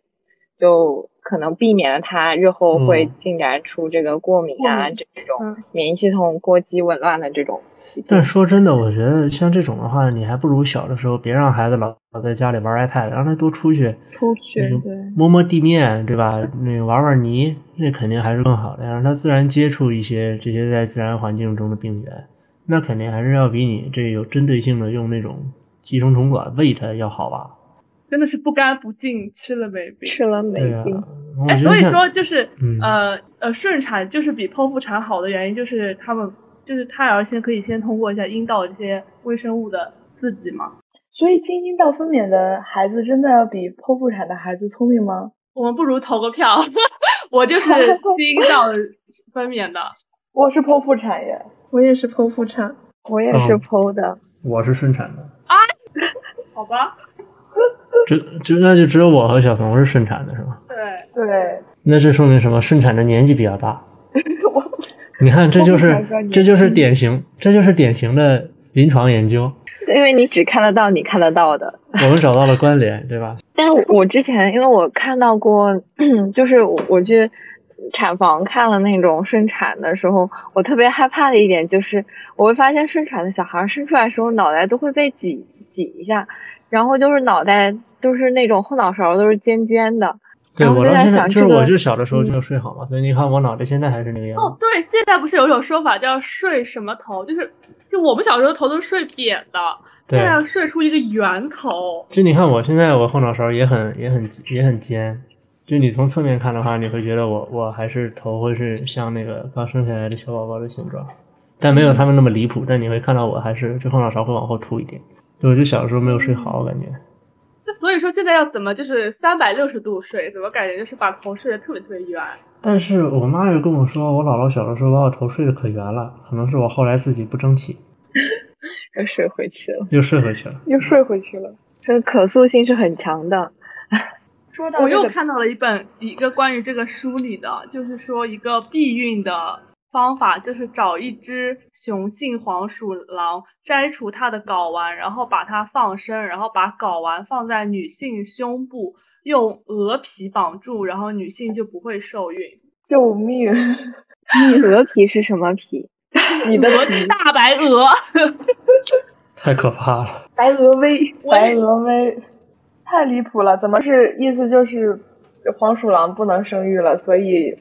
Speaker 3: 就可能避免了他日后会
Speaker 1: 嗯
Speaker 3: 进展出这个过敏啊、
Speaker 2: 过敏
Speaker 3: 这种
Speaker 2: 嗯
Speaker 3: 免疫系统过激紊乱的这种疾病
Speaker 1: 但。说真的，我觉得像这种的话，你还不如小的时候别让孩子老老在家里玩 iPad，让他多出去，
Speaker 3: 出去
Speaker 1: 那个
Speaker 3: 对
Speaker 1: 摸摸地面，对吧？那个玩玩泥，那肯定还是更好的，让他自然接触一些这些在自然环境中的病源，那肯定还是要比你这有针对性的用那种寄生虫卵喂它要好吧？
Speaker 2: 真的是不干不净，吃了没病。
Speaker 3: 吃了没
Speaker 1: 对呀、啊
Speaker 4: 嗯
Speaker 3: 病。
Speaker 1: 我
Speaker 2: 哎，
Speaker 1: 觉得
Speaker 2: 所以
Speaker 1: 像
Speaker 2: 说就是、
Speaker 1: 嗯
Speaker 2: 呃呃，顺产就是比剖腹产好的原因就是他们就是胎儿先可以先通过一下阴道这些微生物的刺激嘛。
Speaker 4: 所以经阴道分娩的孩子真的要比剖腹产的孩子聪明吗？
Speaker 2: 我们不如投个票， 我就是第一道分娩的。
Speaker 4: 我是剖腹产耶，
Speaker 5: 我也是剖腹产，
Speaker 3: 我也是
Speaker 1: 嗯
Speaker 3: 剖的，
Speaker 1: 我是顺产的，
Speaker 2: 好吧，
Speaker 1: 只只那就只有我和小怂是顺产的是吗？
Speaker 2: 对，
Speaker 4: 对，
Speaker 1: 那这说明什么？顺产的年纪比较大。
Speaker 4: 我
Speaker 1: 你看，这就
Speaker 4: 我不
Speaker 1: 是
Speaker 4: 想说年
Speaker 1: 这
Speaker 4: 纪
Speaker 1: 就是典型，这就是典型的临床研究，
Speaker 3: 因为你只看得到你看得到的，
Speaker 1: 我们找到了关联，对吧？
Speaker 3: 但是我之前因为我看到过， 就是我我去产房看了那种顺产的时候，我特别害怕的一点就是，我会发现顺产的小孩生出来的时候脑袋都会被挤挤一下，然后就是脑袋都是那种后脑勺都是尖尖的。
Speaker 1: 对
Speaker 3: 然后
Speaker 1: 我
Speaker 3: 就
Speaker 1: 到
Speaker 3: 在
Speaker 1: 现在
Speaker 3: 想
Speaker 1: 就
Speaker 3: 这
Speaker 1: 是我
Speaker 3: 个
Speaker 1: 就小的时候就睡好嘛，所以你看我脑袋现在还是那个样
Speaker 2: 哦
Speaker 1: 子。，
Speaker 2: 对，现在不是有一种说法叫睡什么头，就是就我们小时候头都是睡扁的，现
Speaker 1: 对，
Speaker 2: 在要睡出一个圆头。
Speaker 1: 就你看我现在我后脑勺也很也很也很尖，就你从侧面看的话，你会觉得我我还是头会是像那个刚生下来的小宝宝的形状，但没有他们那么离谱。但你会看到我还是这后脑勺会往后凸一点，就我就小的时候没有睡好，我感觉。
Speaker 2: 就所以说现在要怎么就是三百六十度睡，怎么感觉就是把头睡得特别特别圆？
Speaker 1: 但是我妈又跟我说，我姥姥小的时候把我头睡得可圆了，可能是我后来自己不争气
Speaker 3: 又睡回去了，
Speaker 1: 又睡回去了。
Speaker 4: 又睡回去了。
Speaker 3: 这个可塑性是很强的。
Speaker 4: 说到
Speaker 2: 我
Speaker 4: 这
Speaker 2: 又
Speaker 4: 个
Speaker 2: 看到了一本一个关于这个书里的，就是说一个避孕的方法，就是找一只雄性黄鼠狼，摘除它的睾丸，然后把它放生，然后把睾丸放在女性胸部，用鹅皮绑住，然后女性就不会受孕。
Speaker 4: 救命，
Speaker 3: 鹅皮是什么皮？
Speaker 4: 你的
Speaker 2: 鹅
Speaker 4: 皮
Speaker 2: 大白鹅，
Speaker 1: 太可怕了！
Speaker 5: 白鹅威，
Speaker 2: 我
Speaker 4: 白
Speaker 2: 也
Speaker 4: 峨眉太离谱了，怎么是意思就是黄鼠狼不能生育了，所以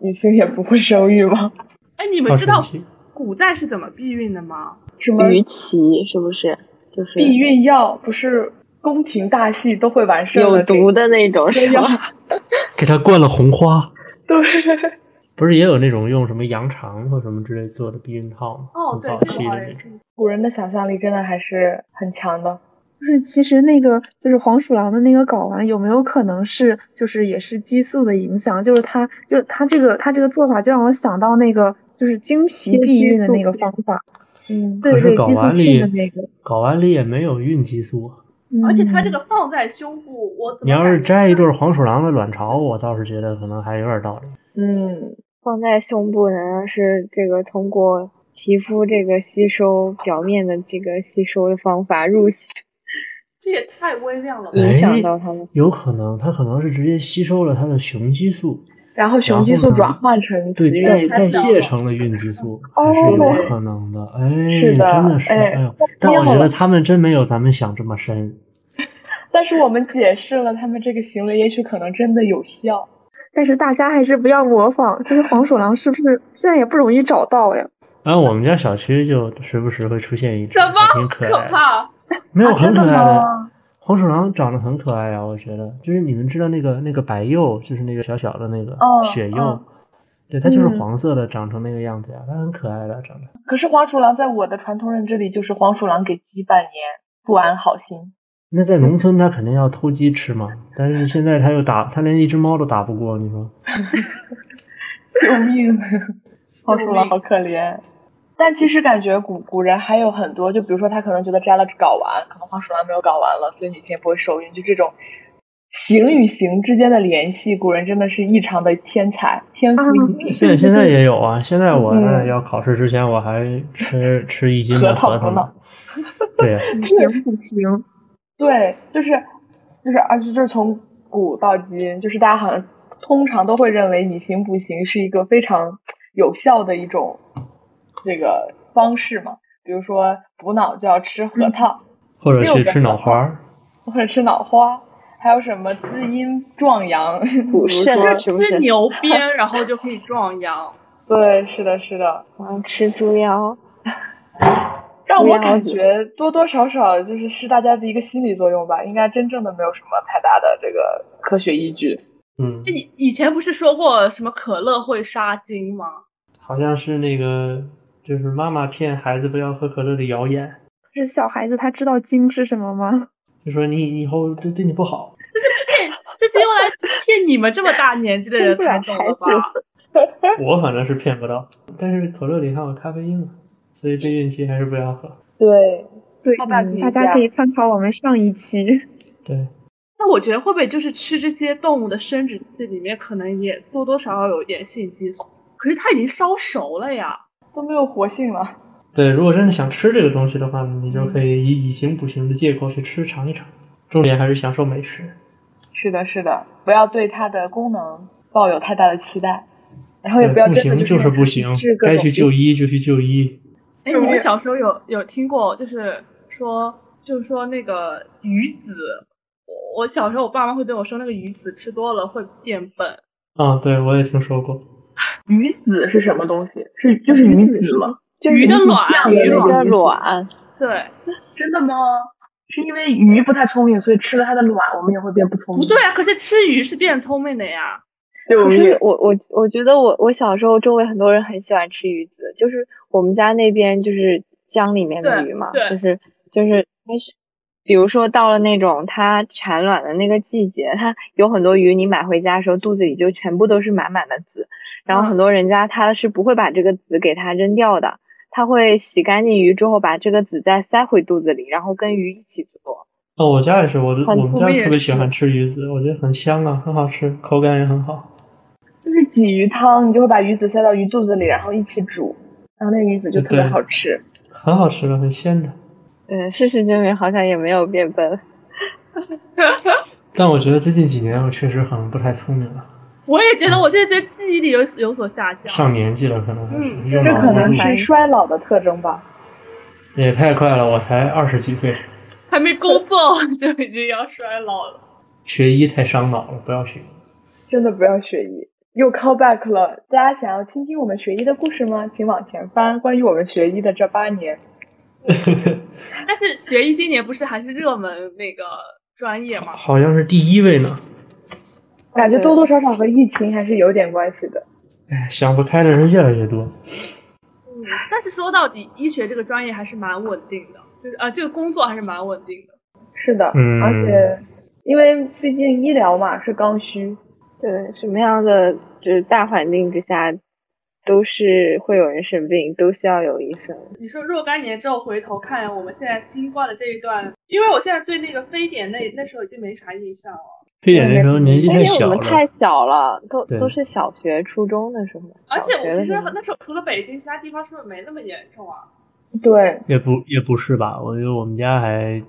Speaker 4: 女性也不会生育吗？
Speaker 2: 哎，你
Speaker 1: 好
Speaker 2: 们知
Speaker 1: 神
Speaker 2: 道
Speaker 1: 奇
Speaker 2: 古代是怎么避孕的吗？
Speaker 4: 什么
Speaker 3: 鱼鳍是不是？就是
Speaker 4: 避孕药不是宫廷大戏都会完事儿
Speaker 3: 有
Speaker 4: 的
Speaker 3: 毒的那种
Speaker 4: 这
Speaker 3: 是
Speaker 4: 个
Speaker 3: 吗？
Speaker 1: 给他灌了红花，
Speaker 4: 这个对，
Speaker 1: 不是也有那种用什么羊肠或什么之类做的避孕套吗？
Speaker 2: 哦，
Speaker 1: 很
Speaker 2: 对，
Speaker 1: 早
Speaker 2: 这
Speaker 1: 期的
Speaker 2: 个我
Speaker 1: 那
Speaker 2: 也
Speaker 1: 种。
Speaker 4: 古人的想象力真的还是很强的。
Speaker 5: 就是其实那个就是黄鼠狼的那个睾丸有没有可能是就是也是激素的影响？就是它就是它这个它这个做法就让我想到那个就是经
Speaker 4: 是
Speaker 5: 皮避
Speaker 4: 激
Speaker 5: 孕的
Speaker 4: 素
Speaker 5: 那个
Speaker 4: 避
Speaker 5: 方法，
Speaker 4: 嗯，
Speaker 5: 对
Speaker 1: 可是
Speaker 5: 对，
Speaker 1: 睾
Speaker 5: 激素
Speaker 1: 丸
Speaker 5: 片
Speaker 1: 里
Speaker 5: 的那个。，
Speaker 1: 睾丸里也没有孕激素啊。
Speaker 2: 而且它这
Speaker 5: 嗯
Speaker 2: 个放在胸部，我怎么
Speaker 1: 你要是
Speaker 2: 感觉
Speaker 1: 摘一对黄鼠狼的卵巢，我倒是觉得可能还有点道理。
Speaker 4: 嗯，
Speaker 3: 放在胸部，难道是这个通过皮肤这个吸收表面的这个吸收的方法入血
Speaker 2: 这也太微量了吧？
Speaker 3: 影
Speaker 1: 哎
Speaker 3: 响到它们？
Speaker 1: 有可能，它可能是直接吸收了它的雄激素，
Speaker 4: 然后雄激
Speaker 1: 然后
Speaker 4: 素
Speaker 1: 呢
Speaker 4: 转换成雌
Speaker 1: 对
Speaker 4: 孕
Speaker 1: 代
Speaker 4: 激
Speaker 2: 它
Speaker 1: 代
Speaker 4: 素，
Speaker 1: 谢成了孕激素，
Speaker 5: 哦
Speaker 1: 还是有可能的。哎，
Speaker 4: 是的
Speaker 1: 真的是，
Speaker 4: 哎
Speaker 1: 哎呦，但我觉得他们真没有咱们想这么深。
Speaker 4: 但是我们解释了他们这个行为，也许可能真的有效。
Speaker 5: 但是大家还是不要模仿，就是黄鼠狼是不是现在也不容易找到呀？
Speaker 1: 然后我们家小区就时不时会出现一只，
Speaker 2: 什么
Speaker 1: 还挺可
Speaker 2: 可
Speaker 1: 爱的，
Speaker 2: 怕！
Speaker 1: 没有
Speaker 4: 啊
Speaker 1: 很
Speaker 4: 真
Speaker 1: 可
Speaker 4: 的
Speaker 1: 爱的。
Speaker 4: 吗
Speaker 1: 黄鼠狼长得很可爱啊，我觉得，就是你们知道那个那个白鼬，就是那个小小的那个
Speaker 4: 哦
Speaker 1: 雪鼬，
Speaker 4: 嗯
Speaker 1: 对，它就是
Speaker 5: 嗯
Speaker 1: 黄色的，长成那个样子呀、它很可爱的，长得。
Speaker 4: 可是黄鼠狼在我的传统认知里，就是黄鼠狼给鸡拜年，不安好心。
Speaker 1: 那在农村，它肯定要偷鸡吃嘛，但是现在它又打，它连一只猫都打不过，你说？
Speaker 4: 救命！ 黄鼠狼好可怜。但其实感觉古古人还有很多，就比如说他可能觉得摘了睾丸，可能黄鼠狼没有睾丸了，所以女性也不会受孕。就这种形与形之间的联系，古人真的是异常的天才，天赋异禀。
Speaker 1: 现在现在也有啊，现在我呢
Speaker 4: 嗯
Speaker 1: 要考试之前，我还吃吃一斤
Speaker 4: 核
Speaker 1: 的
Speaker 4: 桃
Speaker 1: 核桃呢
Speaker 4: 呢。
Speaker 1: 对呀、
Speaker 5: 不行不行，
Speaker 4: 对，就是就是，而且就是从古到今，就是大家好像通常都会认为以形补形是一个非常有效的一种这个方式嘛。比如说补脑就要吃核桃，
Speaker 1: 或者
Speaker 4: 六
Speaker 1: 去
Speaker 4: 个
Speaker 1: 吃脑花儿。
Speaker 4: 或者吃脑花，还有什么滋阴壮阳，
Speaker 3: 补
Speaker 4: 比如
Speaker 3: 肾
Speaker 4: 说
Speaker 3: 是不是
Speaker 2: 吃牛 鞭，然后就可以壮阳。
Speaker 4: 对，是的，是的，
Speaker 3: 然后啊吃猪腰，
Speaker 4: 让我
Speaker 3: 了
Speaker 4: 感
Speaker 3: 解
Speaker 4: 觉多多少少就是是大家的一个心理作用吧，应该真正的没有什么太大的这个科学依据。
Speaker 1: 嗯，
Speaker 2: 以以前不是说过什么可乐会杀精吗？
Speaker 1: 好像是那个，就是妈妈骗孩子不要喝可乐的谣言，
Speaker 5: 可是小孩子他知道精是什么吗？
Speaker 1: 就说你你以后对对你不 好。
Speaker 2: 这是骗， 这是用来骗你们这么大年纪的人
Speaker 3: 生不了
Speaker 2: 才懂的吧？
Speaker 3: 孩
Speaker 4: 嗯
Speaker 1: 我反正是骗不到，但是可乐里还有咖啡因啊，所以这孕期还是不要喝。
Speaker 4: 对，
Speaker 5: 对，
Speaker 4: 好吧可以
Speaker 5: 嗯大
Speaker 4: 这
Speaker 5: 家
Speaker 4: 样
Speaker 5: 可以参考我们上一期。
Speaker 1: 对，
Speaker 2: 那我觉得会不会就是吃这些动物的生殖器里面，可能也多多少少有一点性激素？可是它已经烧熟了呀，
Speaker 4: 都没有活性了。
Speaker 1: 对，如果真的想吃这个东西的话，你
Speaker 4: 嗯
Speaker 1: 就可以以以形补形的借口去吃尝一尝。重点还是享受美食。
Speaker 4: 是的，是的，不要对它的功能抱有太大的期待，然后也
Speaker 1: 对，
Speaker 4: 不要
Speaker 1: 呃不
Speaker 4: 真
Speaker 1: 行
Speaker 4: 的
Speaker 1: 就是
Speaker 4: 是
Speaker 1: 不行
Speaker 4: 治，各
Speaker 1: 该
Speaker 4: 种
Speaker 1: 去
Speaker 4: 病
Speaker 1: 就医就去就医。
Speaker 2: 哎，
Speaker 4: 是
Speaker 2: 你
Speaker 4: 不
Speaker 2: 们
Speaker 4: 是
Speaker 2: 小时候有有听过，就是说，就是说那个鱼子，我我小时候我爸妈会对我说，那个鱼子吃多了会变笨。
Speaker 1: 啊，对我也听说过。
Speaker 4: 鱼子是什么东西？是就是鱼子吗？
Speaker 3: 就是
Speaker 2: 鱼的
Speaker 3: 你
Speaker 2: 卵
Speaker 4: 酱
Speaker 2: 鱼
Speaker 4: 的那
Speaker 3: 鱼
Speaker 2: 卵
Speaker 4: 个
Speaker 3: 的卵，
Speaker 2: 对，
Speaker 4: 真的吗？是因为鱼不太聪明，所以吃了它的卵，我们也会变不聪
Speaker 2: 不
Speaker 4: 明。
Speaker 2: 对呀、啊可是吃鱼是变聪明的呀。
Speaker 4: 对，我
Speaker 3: 可
Speaker 4: 们
Speaker 3: 是
Speaker 4: 也
Speaker 3: 我我我觉得我我小时候周围很多人很喜欢吃鱼子，就是我们家那边就是江里面的
Speaker 2: 对
Speaker 3: 鱼嘛，
Speaker 2: 对
Speaker 3: 就是就是它是，比如说到了那种它产卵的那个季节，它有很多鱼，你买回家的时候肚子里就全部都是满满的籽，然后
Speaker 2: 嗯
Speaker 3: 很多人家他是不会把这个籽给它扔掉的，他会洗干净鱼之后把这个籽再塞回肚子里，然后跟鱼一起做。
Speaker 1: 哦，我家也是，我的
Speaker 3: 很
Speaker 1: 我们
Speaker 3: 多
Speaker 1: 家
Speaker 2: 也
Speaker 1: 特别喜
Speaker 2: 是
Speaker 1: 欢吃鱼子，我觉得很香啊，很好吃，口感也很好。
Speaker 4: 就是鲫鱼汤，你就会把鱼子塞到鱼肚子里，然后一起煮，然后那鱼子就特别
Speaker 1: 对
Speaker 4: 好吃。
Speaker 1: 很好吃的，很鲜的。
Speaker 3: 嗯，事实证明好像也没有变笨。
Speaker 1: 但我觉得最近几年我确实很不太聪明了，
Speaker 2: 我也觉得我这些记忆力有有所下降。
Speaker 1: 上年纪了可能还是、
Speaker 2: 嗯
Speaker 1: 用
Speaker 4: 这
Speaker 1: 脑
Speaker 4: 可
Speaker 1: 过
Speaker 4: 能
Speaker 1: 度
Speaker 4: 是衰老的特征吧。
Speaker 1: 也太快了，我才二十几岁，
Speaker 2: 还没工作 就已经要衰老了。
Speaker 1: 学医太伤脑了，不要学。
Speaker 4: 真的不要学医。又 call back 了，大家想要听听我们学医的故事吗？请往前翻，关于我们学医的这八年。
Speaker 2: 但是学医今年不是还是热门那个专业吗？
Speaker 1: 好像是第一位呢，
Speaker 4: 感觉多多少少和疫情还是有点关系的。
Speaker 1: 哎，想不开的人越来越多。
Speaker 2: 嗯，但是说到底，医学这个专业还是蛮稳定的，就是啊、这个工作还是蛮稳定的。
Speaker 4: 是的，
Speaker 1: 嗯
Speaker 4: 而且因为毕竟医疗嘛是刚需，
Speaker 3: 对，什么样的就是大环境之下，都是会有人生病，都需要有医生。
Speaker 2: 你说若干年之后回头看我们现在新冠的这一段，因为我现在对那个非典那那时候已经没啥印象了，
Speaker 1: 非典那时候年纪
Speaker 3: 因
Speaker 1: 太
Speaker 3: 为我
Speaker 1: 小
Speaker 3: 们
Speaker 1: 了，
Speaker 3: 太小了，都
Speaker 1: 对
Speaker 3: 都是小学、初中的时候。
Speaker 2: 而且
Speaker 3: 小学
Speaker 2: 我
Speaker 3: 的
Speaker 2: 其
Speaker 3: 时
Speaker 2: 实
Speaker 3: 候
Speaker 2: 那时候除了北京，其他地方是不是没那么严重啊？
Speaker 4: 对，
Speaker 1: 也不也不是吧？我觉得我们家还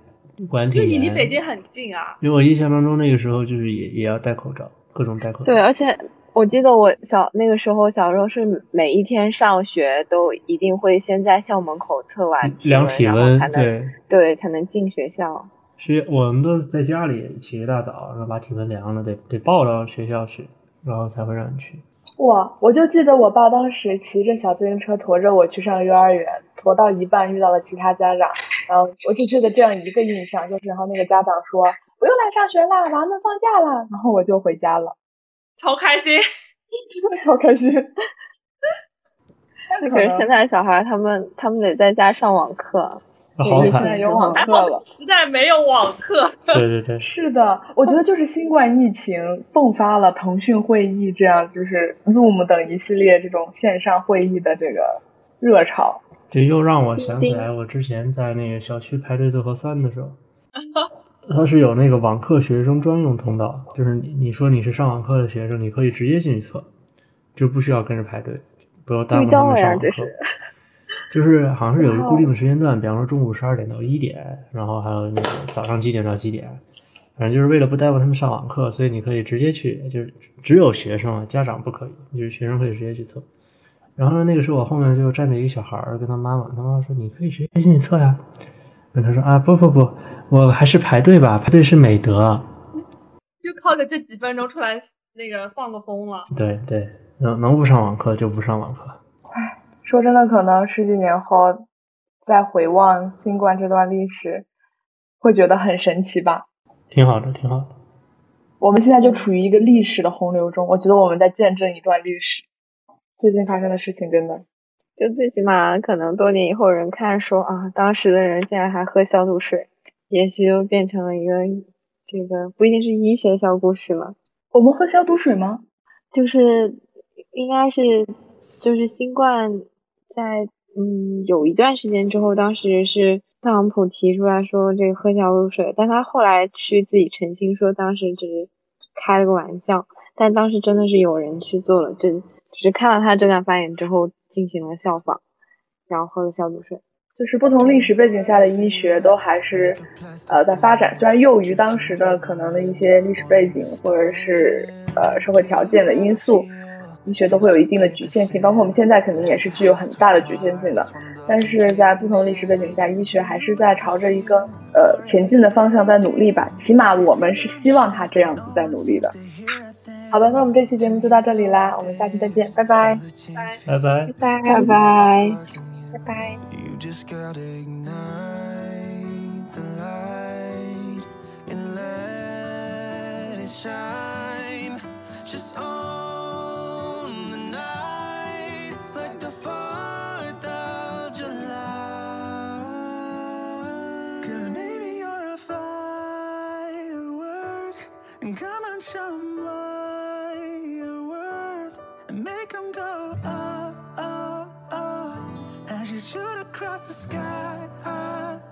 Speaker 1: 管
Speaker 2: 因
Speaker 1: 挺
Speaker 2: 为你
Speaker 1: 严。
Speaker 2: 离北京很近啊。
Speaker 1: 因为我印象当中那个时候就是也也要戴口罩，各种戴口罩。嗯
Speaker 3: 对，而且我记得我小那个时候，小时候是每一天上学都一定会先在校门口测完
Speaker 1: 嗯
Speaker 3: 体
Speaker 1: 量
Speaker 3: 温
Speaker 1: 体
Speaker 3: 然
Speaker 1: 温
Speaker 3: 后才，能
Speaker 1: 对，
Speaker 3: 对才能进学
Speaker 2: 嗯
Speaker 3: 校。
Speaker 1: 学我们都是在家里起一大早，然后把体温量了，得得报到学校去，然后才会让你去。
Speaker 4: 哇！我就记得我爸当时骑着小自行车驮着我去上幼儿园，驮到一半遇到了其他家长，然后我就记得这样一个印象，就是然后那个家长说不用来上学啦，娃们放假啦，然后我就回家了。
Speaker 2: 超开心，
Speaker 4: 超开心。
Speaker 3: 可是
Speaker 4: 嗯
Speaker 3: 现在小孩他们他们得在家上网课，
Speaker 1: 啊好
Speaker 4: 现
Speaker 1: 惨
Speaker 4: 在，有网
Speaker 2: 还
Speaker 4: 课
Speaker 2: 好
Speaker 4: 了。
Speaker 2: 时代没有网课，
Speaker 1: 对对对，
Speaker 4: 是的，我觉得就是新冠疫情迸发了腾讯会议这样，就是 Zoom 等一系列这种线上会议的这个热潮。
Speaker 1: 这又让我想起来，我之前在那个小区排队做核酸的时 候，它是有那个网课学生专用通道，就是你你说你是上网课的学生，你可以直接进去测，就不需要跟着排队，不要耽误他们上网课
Speaker 3: 绿灯呀这是。
Speaker 1: 就是好像是有一个固定的时间段，比方说中午十二点到一点，然后还有那个早上几点到几点，反正就是为了不耽误他们上网课，所以你可以直接去，就是只有学生啊，家长不可以，就是学生可以直接去测。然后呢，那个时候我后面就站着一个小孩儿跟他妈妈，他妈妈说你可以直接进去测呀。然后他说啊不不不，我还是排队吧，排队是美德。
Speaker 2: 就靠着这几分钟出来那个放个风了。
Speaker 1: 对对，能能不上网课就不上网课。
Speaker 4: 说真的，可能十几年后再回望新冠这段历史，会觉得很神奇吧。
Speaker 1: 挺好的，挺好的。
Speaker 4: 我们现在就处于一个历史的洪流中，我觉得我们在见证一段历史。最近发生的事情真的
Speaker 3: 就最起码可能多年以后人看说啊，当时的人竟然还喝消毒水，也许就变成了一个这个不一定是医学小故事了，
Speaker 4: 我们喝消毒水吗？
Speaker 3: 就是应该是就是新冠在嗯有一段时间之后，当时是特朗普提出来说这个喝消毒水，但他后来去自己澄清说当时只是开了个玩笑，但当时真的是有人去做了，这只是看到他这段发言之后进行了效仿。然后喝了消毒水。
Speaker 4: 就是不同历史背景下的医学都还是，呃，在发展。虽然囿于当时的可能的一些历史背景或者是呃社会条件的因素，医学都会有一定的局限性。包括我们现在肯定也是具有很大的局限性的。但是在不同历史背景下，医学还是在朝着一个呃前进的方向在努力吧。起码我们是希望它这样子在努力的。好的，那我们这期节目就到这里啦，我们下期再见，拜拜。
Speaker 1: 拜拜。
Speaker 5: 拜
Speaker 3: 拜拜。
Speaker 5: 拜拜。
Speaker 6: You just gotta ignite the light and let it shine. Just on the night, like the 4th of July. Cause maybe you're a firework, and come and show my worth, and make them go, ah, oh, oh, oh as you shoot across the sky.